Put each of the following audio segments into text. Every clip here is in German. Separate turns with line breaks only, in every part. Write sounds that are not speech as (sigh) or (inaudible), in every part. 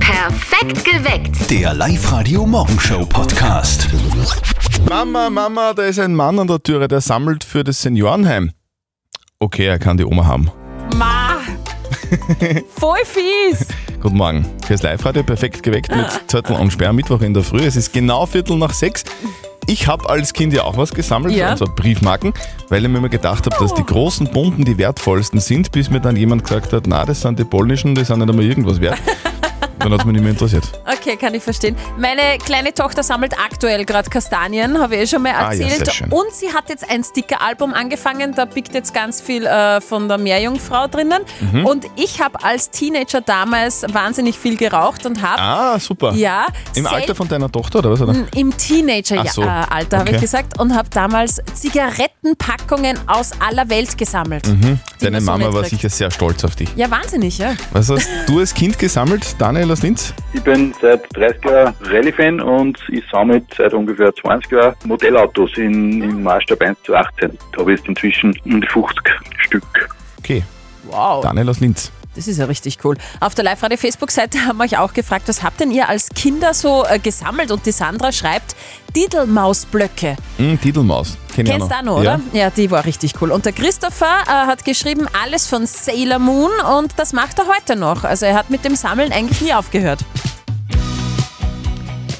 Perfekt geweckt.
Der Live-Radio-Morgenshow-Podcast.
Mama, Mama, da ist ein Mann an der Türe, der sammelt für das Seniorenheim. Okay, er kann die Oma haben. (laughs)
Ma! Voll fies!
Guten Morgen. Hier ist Live-Radio, perfekt geweckt mit Zettel und Sperr, Mittwoch in der Früh. Es ist genau Viertel nach sechs. Ich habe als Kind ja auch was gesammelt,
Ja.
und zwar Briefmarken, weil ich mir immer gedacht habe, dass die großen bunten die wertvollsten sind, bis mir dann jemand gesagt hat, na, das sind die polnischen, die sind nicht einmal irgendwas
(laughs)
wert. Dann hat es mich nicht mehr interessiert.
Okay, kann ich verstehen. Meine kleine Tochter sammelt aktuell gerade Kastanien, habe ich eh schon mal
Ah, ja,
erzählt.
sehr schön.
Und sie hat jetzt ein Sticker-Album angefangen, da biegt jetzt ganz viel äh, von der Meerjungfrau drinnen.
Mhm.
Und ich habe als Teenager damals wahnsinnig viel geraucht und habe.
Ah, super.
Ja, Hm,
Im
sel-
Alter von deiner Tochter oder was? Oder?
im Teenageralter
Ach so.
Alter habe ich
Okay.
gesagt und habe damals Zigarettenpackungen aus aller Welt gesammelt. Die
Mhm. Deine
man so
Mama
nicht
war
trägt.
sicher sehr stolz auf dich.
Ja, wahnsinnig, ja.
Was hast du als Kind gesammelt, Daniel aus Linz?
Ich bin seit 30 Jahren Rallye-Fan und ich sammle seit ungefähr 20 Jahren Modellautos in, im Maßstab 1 zu 18. Da habe ich jetzt inzwischen um die 50 Stück.
Okay,
Wow.
Daniel aus Linz.
Das ist ja richtig cool. Auf der Live-Radio-Facebook-Seite haben wir euch auch gefragt, was habt denn ihr als Kinder so äh, gesammelt? Und die Sandra schreibt, Didelmausblöcke.
Mm, Titelmaus. Kenn ich
Kennst du auch noch, oder? Ja. die war richtig cool. Und der Christopher äh, hat geschrieben, alles von Sailor Moon und das macht er heute noch. Also er hat mit dem Sammeln eigentlich nie aufgehört.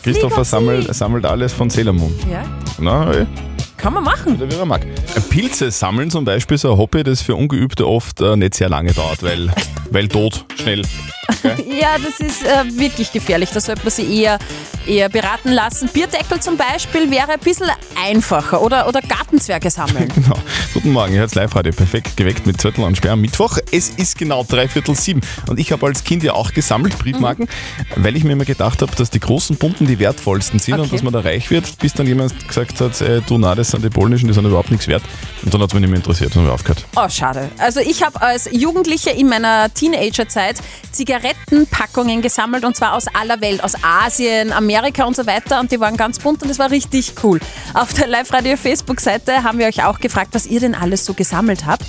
Christopher sammelt, sammelt alles von Sailor Moon.
Ja,
Na, eh,
kann man machen.
oder wie er mag. Pilze sammeln zum Beispiel ist ein Hobby, das für Ungeübte oft äh, nicht sehr lange dauert, weil, weil tot, schnell.
Ja, das ist äh, wirklich gefährlich. Da sollte man sie eher, eher beraten lassen. Bierdeckel zum Beispiel wäre ein bisschen einfacher. Oder, oder Gartenzwerge sammeln.
Genau. Guten Morgen, ihr hört Live-Radio. Perfekt geweckt mit Zettel und Sperr am Mittwoch. Es ist genau dreiviertel sieben. Und ich habe als Kind ja auch gesammelt Briefmarken, weil ich mir immer gedacht habe, dass die großen Pumpen die wertvollsten sind und
Mhm. Okay.
dass man da reich wird, bis dann jemand gesagt hat, äh, du, na, das sind die polnischen, die sind überhaupt nichts wert. Und dann hat es mich nicht mehr interessiert und habe aufgehört.
Oh, schade. Also ich habe als Jugendliche in meiner Teenagerzeit Zigarettenpackungen gesammelt und zwar aus aller Welt, aus Asien, Amerika und so weiter und die waren ganz bunt und das war richtig cool. Auf der Live-Radio-Facebook-Seite haben wir euch auch gefragt, was ihr denn alles so gesammelt habt.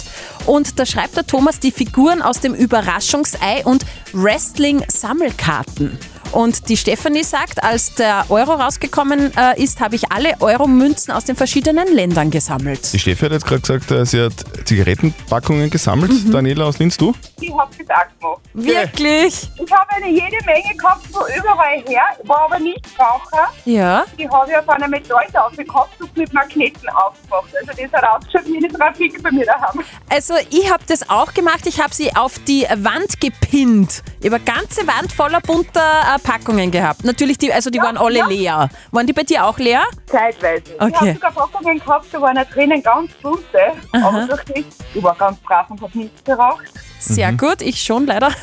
Und da schreibt der Thomas die Figuren aus dem Überraschungsei und Wrestling-Sammelkarten. Und die Stefanie sagt, als der Euro rausgekommen äh, ist, habe ich alle Euro-Münzen aus den verschiedenen Ländern gesammelt.
Die Steffi hat jetzt gerade gesagt, äh, sie hat Zigarettenpackungen gesammelt.
Mhm.
Daniela aus Linz, du?
Ich habe das auch gemacht.
Wirklich?
Ich habe eine jede Menge gehabt, von überall her, war aber nicht Raucher.
Ja.
Die habe ich auf einer Metalltafel gehabt und mit Magneten aufgemacht. Also das hat ausgeschaut wie eine Trafik bei mir daheim.
Also ich habe das auch gemacht. Ich habe sie auf die Wand gepinnt. Über ganze Wand voller bunter äh, Packungen gehabt. Natürlich, die, also die waren alle leer. Waren die bei dir auch leer?
Zeitweise.
Okay.
Ich habe sogar Packungen gehabt, da waren auch drinnen ganz bunte. Aber durch das, ich war ganz brav und habe nichts geraucht.
Sehr gut, ich schon leider. (laughs)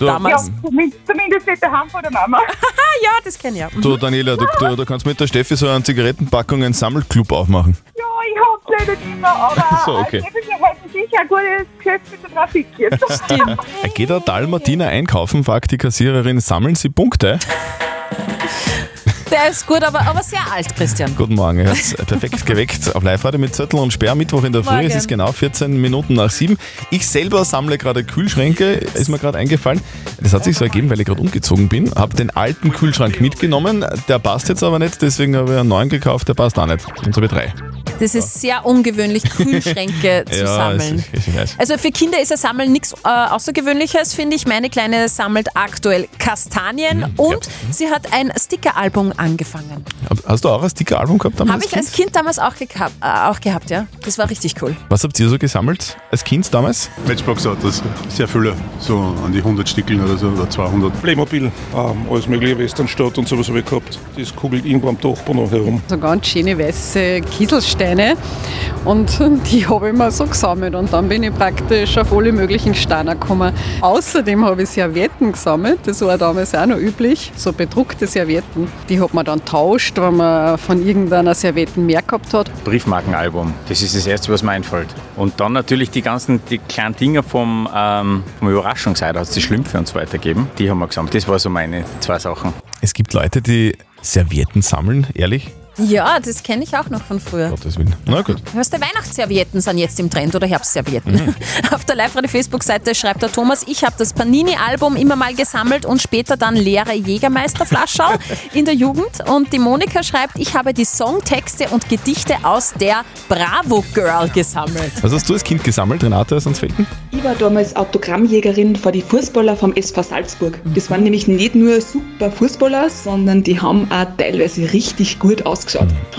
Du,
Ja,
Damals.
zumindest, zumindest nicht daheim von der Mama.
Ah ja, das kenne ich ja.
Du, Daniela, du, du, du kannst mit der Steffi so einen Zigarettenpackungen Sammelclub aufmachen.
ja, ich habe es leider nicht mehr, aber
So, okay.
äh, Steffi, wir hätten sicher ein gutes Geschäft mit der Trafik jetzt.
Stimmt.
Er Äh, geht auch Dalmatiner einkaufen, fragt die Kassiererin, sammeln Sie Punkte?
Der ist gut, aber, aber sehr alt, Christian.
Guten Morgen, ihr
(laughs)
habt's perfekt geweckt auf Live-Radio mit Zettel und Sperr, Mittwoch in der Früh,
Morgen.
es ist genau 14 Minuten nach 7. Ich selber sammle gerade Kühlschränke, ist mir gerade eingefallen. Das hat sich so ergeben, weil ich gerade umgezogen bin, habe den alten Kühlschrank mitgenommen, der passt jetzt aber nicht, deswegen habe ich einen neuen gekauft, der passt auch nicht. Und so habe ich drei.
Das ist sehr ungewöhnlich, Kühlschränke zu sammeln.
Ich, ich, ich weiß.
Also für Kinder ist das Sammeln nichts äh, Außergewöhnliches, finde ich. Meine Kleine sammelt aktuell Kastanien und sie hat ein Stickeralbum angefangen.
Hast du auch ein Sticker-Album gehabt damals?
Habe ich als Kind damals auch, gekap- äh, auch gehabt, ja. Das war richtig cool.
Was habt ihr so gesammelt als Kind damals?
Matchbox-Autos, sehr viele, so an die 100 Stickeln oder so, oder 200.
Playmobil, ähm, alles mögliche Westernstadt und sowas habe ich gehabt. Das kugelt irgendwo am Dachbau noch herum.
so ganz schöne weiße Kieselsteine und (laughs) die habe ich mir so gesammelt und dann bin ich praktisch auf alle möglichen Steine gekommen. Außerdem habe ich Servietten gesammelt, das war damals auch noch üblich, so bedruckte Servietten. Die hat man dann tauscht, wenn man von irgendeiner Servietten mehr gehabt hat.
Briefmarkenalbum. Das ist das Erste, was mir einfällt. Und dann natürlich die ganzen die kleinen Dinger vom, ähm, vom Überraschungsei, da hat es die Schlümpfe und so weiter gegeben. Die haben wir gesammelt. Das war so meine zwei Sachen.
Es gibt Leute, die Servietten sammeln, ehrlich.
Ja, das kenne ich auch noch von früher.
Gottes Willen. Na gut.
Hörst du, Weihnachtsservietten sind jetzt im Trend oder Herbstservietten. (laughs) Auf der Live-Radio-Facebook-Seite schreibt der Thomas, ich habe das Panini-Album immer mal gesammelt und später dann leere Jägermeisterflaschau in der Jugend. Und die Monika schreibt, ich habe die Songtexte und Gedichte aus der Bravo Girl gesammelt.
Was hast du als Kind gesammelt, Renate, aus uns Felden?
Ich war damals Autogrammjägerin vor die Fußballer vom SV Salzburg. Das waren nämlich nicht nur super Fußballer, sondern die haben auch teilweise richtig gut ausgeschaut.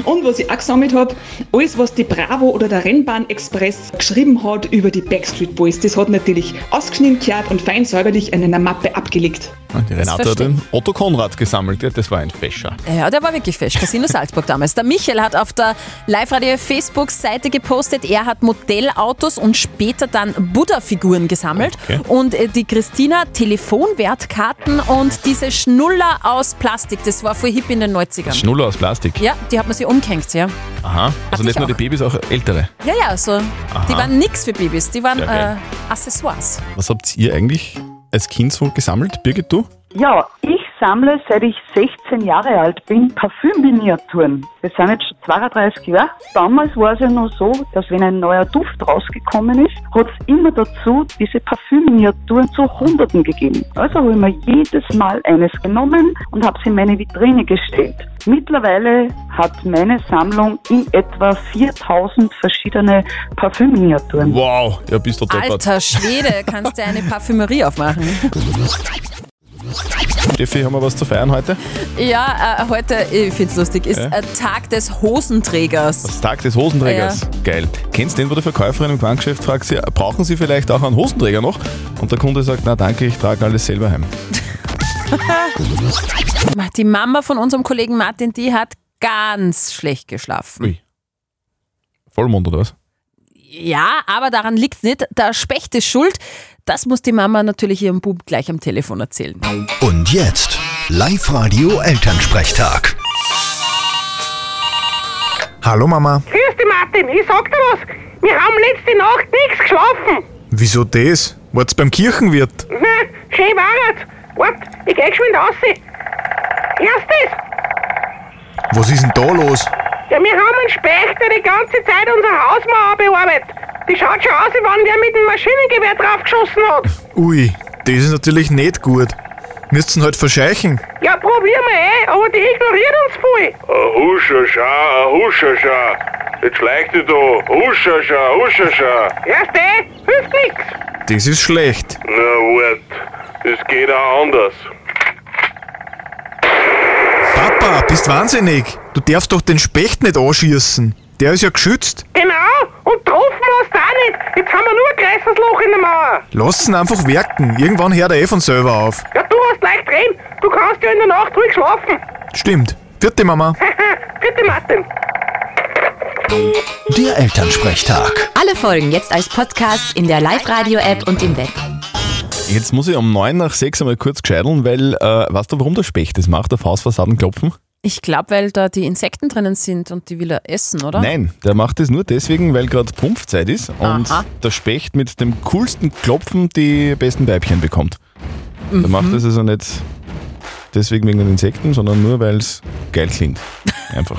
Und was ich auch gesammelt habe, alles was die Bravo oder der Rennbahn Express geschrieben hat über die Backstreet Boys, das hat natürlich ausgeschnitten gehört und fein säuberlich in einer Mappe abgelegt.
Die Renate hat
verstehe
den Otto Konrad gesammelt. Ja, das war ein Fäscher.
Ja, der war wirklich
(laughs)
fesch. Casino Salzburg damals. Der Michael hat auf der Live-Radio-Facebook-Seite gepostet, er hat Modellautos und später dann Buddha-Figuren gesammelt.
Okay.
Und äh, die Christina Telefonwertkarten und diese Schnuller aus Plastik. Das war voll hip in den 90ern.
Schnuller aus Plastik.
Ja, die hat man sich umgehängt, ja.
Aha. Also
ich
nicht nur die
auch.
Babys, auch ältere.
Ja, ja, so. Die waren nix für Babys, die waren
Sehr geil.
äh, Accessoires.
Was habt ihr eigentlich als Kind so gesammelt, Birgit, du?
Ja, ich sammle, seit ich 16 Jahre alt bin, Parfümminiaturen. Das sind jetzt schon 32 Jahre. Damals war es ja noch so, dass wenn ein neuer Duft rausgekommen ist, hat es immer dazu diese Parfümminiaturen zu Hunderten gegeben. Also habe ich mir jedes Mal eines genommen und habe sie in meine Vitrine gestellt. Mittlerweile hat meine Sammlung in etwa 4000 verschiedene Parfümminiaturen.
Wow, ja, bist du deppert.
Alter Schwede, kannst du eine Parfümerie aufmachen?
(laughs) Steffi, haben wir was zu feiern heute?
Ja, äh, heute, ich find's lustig, ist
Ja.
äh, Tag des Hosenträgers.
Das Tag des Hosenträgers. Geil. Kennst du den, wo die Verkäuferin im Bankgeschäft fragt, sie, brauchen Sie vielleicht auch einen Hosenträger noch? Und der Kunde sagt, na danke, ich trage alles selber heim.
Die Mama von unserem Kollegen Martin, die hat ganz schlecht geschlafen.
Ui. Vollmond oder was?
Ja, aber daran liegt's nicht. Der Specht ist schuld. Das muss die Mama natürlich ihrem Bub gleich am Telefon erzählen.
Und jetzt Live-Radio Elternsprechtag.
Hallo Mama,
Grüß dich, Martin. Ich sag dir was. Wir haben letzte Nacht nichts geschlafen.
wieso das? Wart's beim Kirchenwirt?
Hm, schön war's. Wart, ich geh geschwind raus. Erstes,
Was ist denn da los?
ja, wir haben einen Specht, der die ganze Zeit unsere Hausmauer bearbeitet. Die schaut schon aus, wie wenn wer mit dem Maschinengewehr draufgeschossen hat.
Ui, das ist natürlich nicht gut. Müsst ihn halt verscheuchen.
Ja, probieren wir eh, aber die ignoriert uns voll.
Huschascha, Huschascha. Jetzt schleicht dich da. Huschascha, Huschascha.
Erst eh, hilft nix.
Das ist schlecht.
Na wart, es geht auch anders.
Papa, bist wahnsinnig. Du darfst doch den Specht nicht anschießen. Der ist ja geschützt.
Genau, und getroffen hast du auch nicht. Jetzt haben wir nur ein kleines Loch in der Mauer.
Lass ihn einfach werken. Irgendwann hört er eh von selber auf.
Ja, du hast leicht reden. Du kannst ja in der Nacht ruhig schlafen.
Stimmt. Vierte Mama.
Bitte, Martin.
Der Elternsprechtag.
Alle Folgen jetzt als Podcast in der Live-Radio-App und im Web.
Jetzt muss ich um neun nach sechs einmal kurz gescheideln, weil, äh, weißt du, warum der Specht das macht, auf Hausfassaden klopfen?
Ich glaube, weil da die Insekten drinnen sind und die will er essen, oder?
Nein, der macht das nur deswegen, weil gerade Pumpfzeit ist und
Aha.
der Specht mit dem coolsten Klopfen die besten Weibchen bekommt. Der
Mhm.
macht das also nicht deswegen wegen den Insekten, sondern nur, weil es geil klingt. Einfach.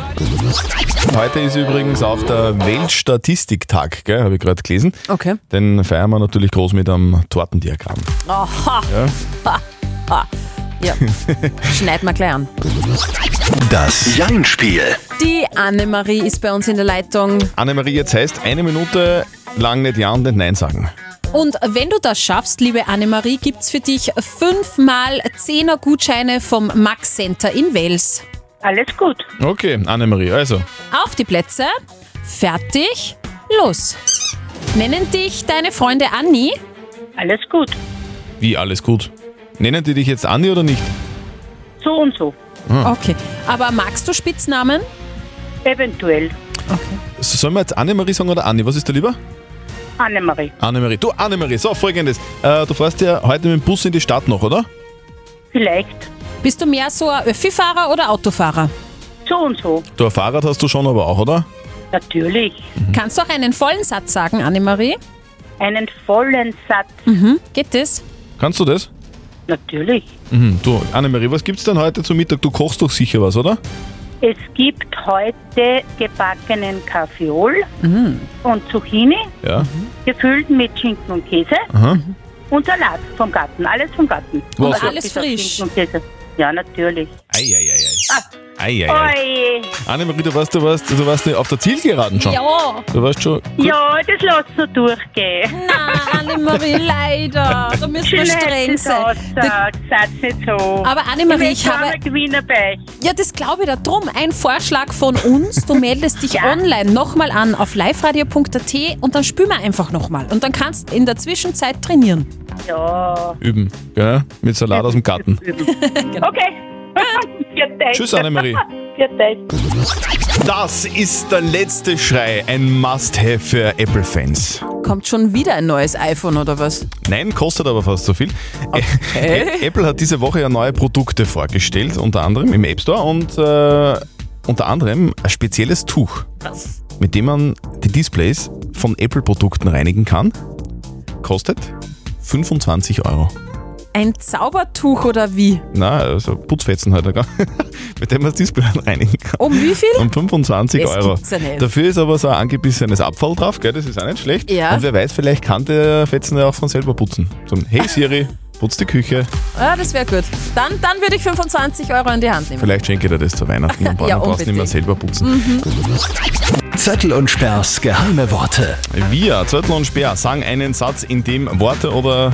Heute ist übrigens auch der Weltstatistiktag, gell, habe ich gerade gelesen.
Okay.
Den feiern wir natürlich groß mit einem Tortendiagramm.
Aha.
Ja.
Ja. Schneid mal gleich an.
Das Jein-Spiel.
Die Annemarie ist bei uns in der Leitung.
Annemarie, jetzt heißt eine Minute lang nicht Ja und nicht Nein sagen.
Und wenn du das schaffst, liebe Annemarie, gibt's für dich fünfmal Zehner Gutscheine vom Max Center in Wels.
Alles gut.
Okay, Annemarie, also.
Auf die Plätze, fertig, los. Nennen dich deine Freunde Anni?
Alles gut.
Wie, alles gut? Nennen die dich jetzt Andi oder nicht?
So und so.
Okay. Aber magst du Spitznamen?
Eventuell.
Sollen wir jetzt Annemarie sagen oder Anni? Was ist dir lieber?
Annemarie.
Annemarie. Du, Annemarie, so folgendes. Äh, du fährst ja heute mit dem Bus in die Stadt noch, oder?
Vielleicht.
Bist du mehr so ein Öffi-Fahrer oder Autofahrer?
So und so.
Du, ein Fahrrad hast du schon aber auch, oder?
Natürlich.
Kannst du auch einen vollen Satz sagen, Annemarie?
Einen vollen Satz.
Geht das?
Kannst du das?
Natürlich.
Mhm. Du, Annemarie, was gibt's denn heute zum Mittag? Du kochst doch sicher was, oder?
Es gibt heute gebackenen Kaffeeol
Mhm.
und Zucchini,
Ja.
gefüllt mit Schinken und Käse
Aha.
und Salat vom Garten, alles vom Garten.
Was?
Und
Alles
Salat
frisch.
Schinken und Käse. Ja, natürlich.
Eieiei.
Ah,
Ei, ei, ei.
Oje.
Annemarie, du warst, du warst, du warst auf der Zielgeraden schon.
Ja.
Du warst schon.
Ja, das lässt so durchgehen.
Nein, Annemarie, leider. Da müssen wir streng sein.
Sag's nicht so.
Aber Annemarie, ich
möchte
habe-
einmal Gewinner bei.
Ja, das glaube ich da drum. Ein Vorschlag von uns. Du meldest dich online nochmal an auf liveradio.at und dann spülen wir einfach nochmal. Und dann kannst in der Zwischenzeit trainieren.
Ja.
Üben, gell? Mit Salat aus
(laughs)
dem Garten.
Okay.
(laughs)
Tschüss, Annemarie.
Viert euch.
Das ist der letzte Schrei, ein Must-Have für Apple-Fans.
Kommt schon wieder ein neues iPhone oder was?
Nein, kostet aber fast so viel. Ä- Apple hat diese Woche ja neue Produkte vorgestellt, unter anderem im App Store und äh, unter anderem ein spezielles Tuch,
Was?
mit dem man die Displays von Apple-Produkten reinigen kann. Kostet 25 Euro.
Ein Zaubertuch oder wie?
Na, also Putzfetzen halt, gell? (laughs) mit dem man das Display reinigen kann.
Um wie viel?
Um 25
Das
Euro.
gibt's ja nicht.
Dafür ist aber so ein angebissenes Abfall drauf, gell? das ist auch nicht schlecht.
Ja.
Und wer weiß, vielleicht kann der Fetzen ja auch von selber putzen. So, hey Siri, putz die Küche.
Ja, das wäre gut. Dann, dann würde ich 25 Euro in die Hand nehmen.
Vielleicht schenke ich dir das zu
(laughs)
Weihnachten und
Ja,
ja, brauchst nicht mehr
unbedingt.
selber putzen.
Mhm.
Zettel und Sperrs geheime Worte.
Mhm.
Wir, Zörtl und Speer, sagen einen Satz, in dem Worte oder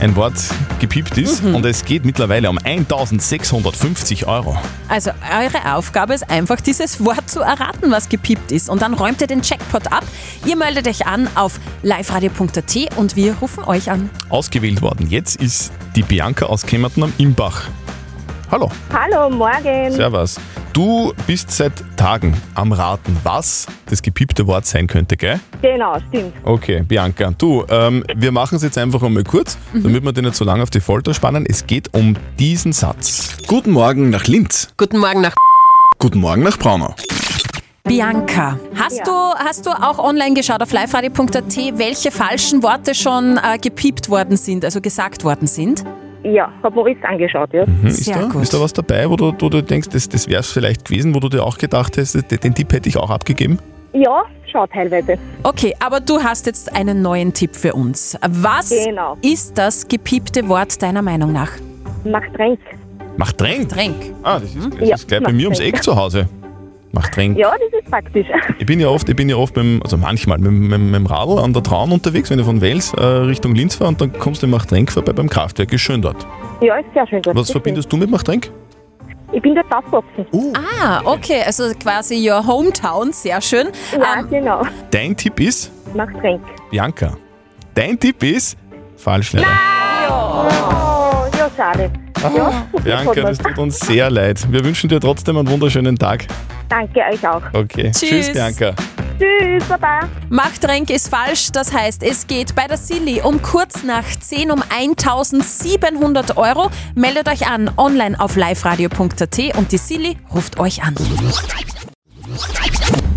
ein Wort gepiept ist.
Mhm.
Und es geht mittlerweile um 1650 Euro.
Also eure Aufgabe ist einfach, dieses Wort zu erraten, was gepiept ist. Und dann räumt ihr den Jackpot ab. Ihr meldet euch an auf liveradio.at und wir rufen euch an.
Ausgewählt worden. Jetzt ist die Bianca aus Kemmerten am Imbach. Hallo.
Hallo, morgen.
Servus. Du bist seit Tagen am Raten, was das gepiepte Wort sein könnte, gell?
Genau, stimmt.
Okay, Bianca. Du, ähm, wir machen es jetzt einfach einmal kurz,
Mhm.
damit wir dich nicht so lange auf die Folter spannen. Es geht um diesen Satz. Guten Morgen nach Linz.
Guten Morgen nach.
Guten Morgen nach Braunau.
Bianca, hast, du, hast du auch online geschaut auf liveradio.at, welche falschen Worte schon äh, gepiept worden sind, also gesagt worden sind?
Ja, hab mir jetzt angeschaut, ja.
Hm, ist, da, ist da was dabei, wo du, wo du denkst, das, das wäre es vielleicht gewesen, wo du dir auch gedacht hast, den, den Tipp hätte ich auch abgegeben?
Ja, schau teilweise.
Okay, aber du hast jetzt einen neuen Tipp für uns. Was ist das gepiepte Wort deiner Meinung nach?
Mach Tränk.
Mach Tränk.
Tränk.
Ah, das ist, das
Ja,
ist gleich
mach
bei mir ums
Tränk.
Eck zu Hause. Mach Tränk.
Ja, das ist praktisch.
Ich bin ja oft, ich bin ja oft mit, dem- also manchmal mit, mit, mit dem Radl an der Traun unterwegs, wenn ich von Wels äh, Richtung Linz fahre und dann kommst du in Machtrenk vorbei beim Kraftwerk, ist schön dort.
Ja, ist sehr schön dort.
Was verbindest Oh. du mit Machtrenk?
Ich bin dort aufgewachsen.
Ah, okay, also quasi your hometown, sehr schön. Ah,
Ja, genau.
Dein Tipp ist,
Mach Tränk.
Bianca, dein Tipp ist, falsch leider.
Ja. Oh, ja, schade.
Ah,
Ja.
Bianca, das tut uns sehr leid. Wir wünschen dir trotzdem einen wunderschönen Tag.
Danke euch auch.
Okay,
Tschüss.
Bianca.
Tschüss, Baba.
Machtrenk ist falsch, das heißt, es geht bei der Silly um kurz nach 10 um 1700 Euro. Meldet euch an online auf liveradio.at und die Silly ruft euch an.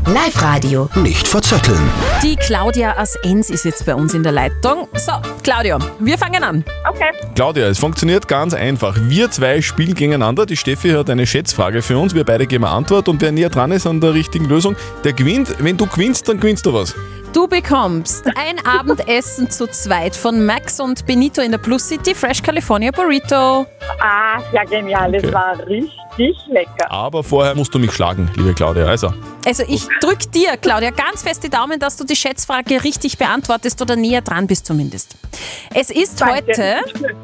Live Radio. Nicht verzetteln.
Die Claudia aus Enns ist jetzt bei uns in der Leitung. So, Claudia, wir fangen an.
Okay.
Claudia, es funktioniert ganz einfach. Wir zwei spielen gegeneinander. Die Steffi hat eine Schätzfrage für uns. Wir beide geben eine Antwort und wer näher dran ist an der richtigen Lösung, der gewinnt. Wenn du gewinnst, dann gewinnst du was.
Du bekommst ein Abendessen zu zweit von Max und Benito in der Plus City Fresh California Burrito.
Ah, ja, genial. Das
Okay.
war richtig lecker.
Aber vorher musst du mich schlagen, liebe Claudia. Also,
Also ich drück dir, Claudia, ganz fest die Daumen, dass du die Schätzfrage richtig beantwortest oder näher dran bist zumindest. Es ist heute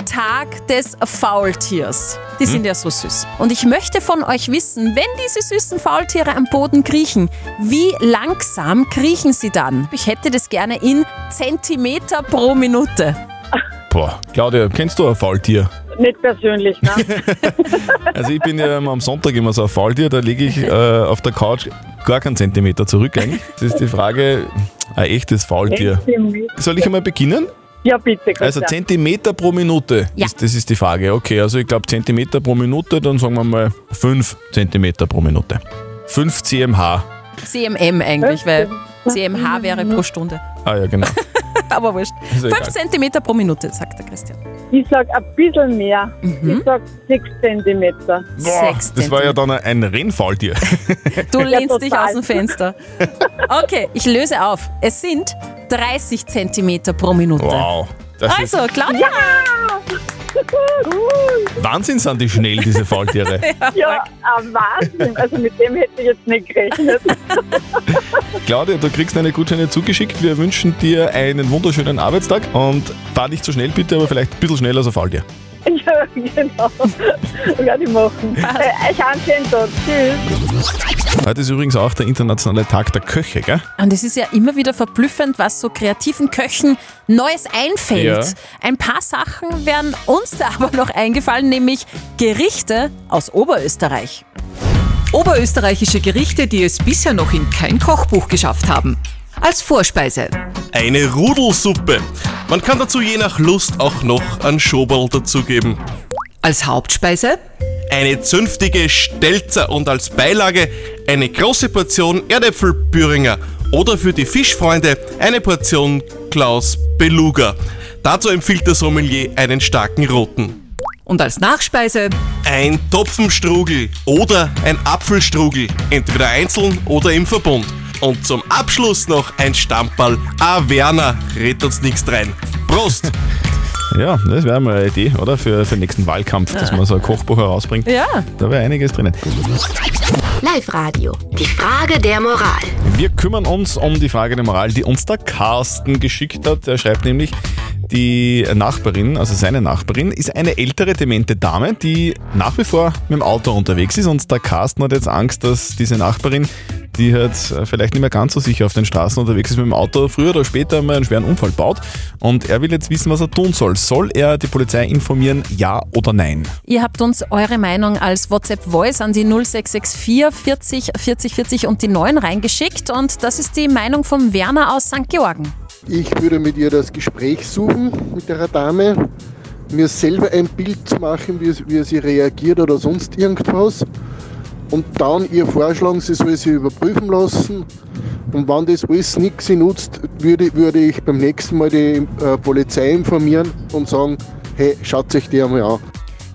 Tag des Faultiers. Die sind ja so süß. Und ich möchte von euch wissen, wenn diese süßen Faultiere am Boden kriechen, wie langsam kriechen sie dann? Ich hätte das gerne in Zentimeter pro Minute.
boah, Claudia, kennst du ein Faultier?
Nicht persönlich,
(laughs)
ne?
Also ich bin ja am Sonntag immer so ein Faultier, da lege ich äh, auf der Couch gar keinen Zentimeter zurück eigentlich. Das ist die Frage, ein echtes Faultier. Soll ich einmal beginnen?
Ja, bitte.
Also
Christian.
Zentimeter pro Minute,
Ja.
ist, das ist die Frage. Okay, also ich glaube Zentimeter pro Minute, dann sagen wir mal 5 Zentimeter pro Minute. 5 cmh.
CMM eigentlich, weil CMH wäre pro Stunde. (laughs)
(laughs)
Ah ja, genau.
Aber wurscht.
Ist ja
5
egal.
Zentimeter pro Minute, sagt der Christian.
Ich sag ein bisschen mehr. Ich sag 6 Zentimeter.
Boah, das war ja dann ein Rennfaultier.
Du lehnst dich aus dem Fenster. Okay, ich löse auf. Es sind 30 Zentimeter pro Minute.
Wow. Das ist
Also, Claudia!
Wahnsinn sind die schnell, diese Faultiere.
(laughs) Ja, ein Wahnsinn. Also mit dem hätte ich jetzt nicht gerechnet. (laughs)
Claudia, du kriegst deine Gutscheine zugeschickt. Wir wünschen dir einen wunderschönen Arbeitstag und fahr nicht so schnell bitte, aber vielleicht ein bisschen schneller als ein Faultier.
ja, genau. (laughs) Werde ich machen. Äh, Ich habe einen schönen Tag. Tschüss.
Heute ist übrigens auch der internationale Tag der Köche, gell?
Und es ist ja immer wieder verblüffend, was so kreativen Köchen Neues einfällt.
Ja.
Ein paar Sachen wären uns da (laughs) aber noch eingefallen, nämlich Gerichte aus Oberösterreich.
Oberösterreichische Gerichte, die es bisher noch in kein Kochbuch geschafft haben. Als Vorspeise.
Eine Rudelsuppe. Man kann dazu je nach Lust auch noch einen Schoberl dazugeben.
Als Hauptspeise.
Eine zünftige Stelzer und als Beilage eine große Portion Erdäpfel Büringer oder für die Fischfreunde eine Portion Klaus Beluga. Dazu empfiehlt der Sommelier einen starken roten.
Und als Nachspeise.
Ein Topfenstrugel oder ein Apfelstrugel, entweder einzeln oder im Verbund. Und zum Abschluss noch ein Stammball. Averna, redet uns nichts rein. Prost!
Ja, das wäre mal eine Idee, oder? Für, für den nächsten Wahlkampf, dass man so ein Kochbuch herausbringt.
Ja.
Da wäre einiges drinnen.
Live-Radio. Die Frage der Moral.
Wir kümmern uns um die Frage der Moral, die uns der Carsten geschickt hat. Er schreibt nämlich, die Nachbarin, also seine Nachbarin, ist eine ältere demente Dame, die nach wie vor mit dem Auto unterwegs ist und der Carsten hat jetzt Angst, dass diese Nachbarin, die halt äh, vielleicht nicht mehr ganz so sicher auf den Straßen unterwegs ist mit dem Auto, früher oder später mal einen schweren Unfall baut und er will jetzt wissen, was er tun soll. Soll er die Polizei informieren, ja oder nein?
Ihr habt uns eure Meinung als WhatsApp-Voice an die 0664 40 40 40 und die 9 reingeschickt. Und das ist die Meinung von Werner aus St. Georgen.
Ich würde mit ihr das Gespräch suchen, mit der Dame, mir selber ein Bild zu machen, wie, es- wie sie reagiert oder sonst irgendwas. Und dann ihr vorschlagen, sie soll sie überprüfen lassen. Und wenn das alles nichts nutzt, würde, würde ich beim nächsten Mal die äh, Polizei informieren und sagen, hey, schaut euch die einmal an.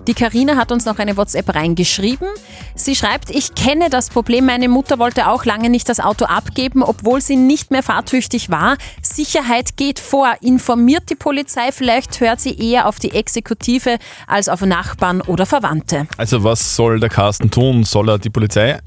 Die Karina hat uns noch eine WhatsApp reingeschrieben. Sie schreibt, ich kenne das Problem, meine Mutter wollte auch lange nicht das Auto abgeben, obwohl sie nicht mehr fahrtüchtig war. Sicherheit geht vor, informiert die Polizei, vielleicht hört sie eher auf die Exekutive als auf Nachbarn oder Verwandte.
Also was soll der Carsten tun? Soll er die Polizei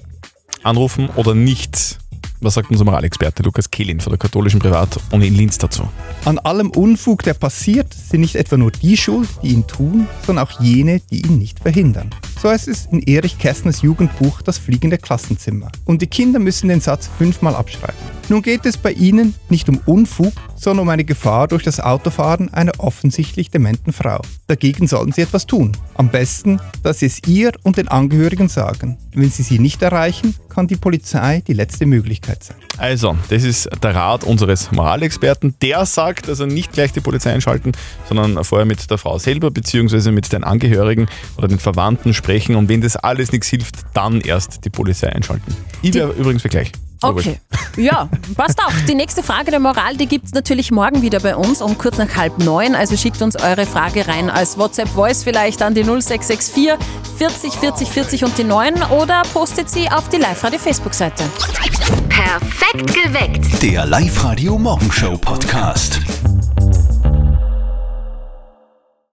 anrufen oder nicht? Was sagt unser Moralexperte Lukas Kehlin von der katholischen Privatuni in Linz dazu?
An allem Unfug, der passiert, sind nicht etwa nur die schuld, die ihn tun, sondern auch jene, die ihn nicht verhindern. So heißt es in Erich Kästners Jugendbuch Das fliegende Klassenzimmer. Und die Kinder müssen den Satz fünfmal abschreiben. Nun geht es bei ihnen nicht um Unfug, sondern um eine Gefahr durch das Autofahren einer offensichtlich dementen Frau. Dagegen sollen sie etwas tun. Am besten, dass sie es ihr und den Angehörigen sagen. Wenn sie sie nicht erreichen, kann die Polizei die letzte Möglichkeit sein.
Also, das ist der Rat unseres Moralexperten. Der sagt, also nicht gleich die Polizei einschalten, sondern vorher mit der Frau selber bzw. mit den Angehörigen oder den Verwandten sprechen. Und wenn das alles nichts hilft, dann erst die Polizei einschalten. Ich wäre übrigens für gleich. Aber
Okay.
gut.
Ja, passt auch. Die nächste Frage der Moral, die gibt es natürlich morgen wieder bei uns um kurz nach halb neun. Also schickt uns eure Frage rein als WhatsApp-Voice vielleicht an die 0664 40 40 40 und die 9 oder postet sie auf die Live-Radio-Facebook-Seite.
Perfekt geweckt.
Der Live-Radio Morgenshow Podcast.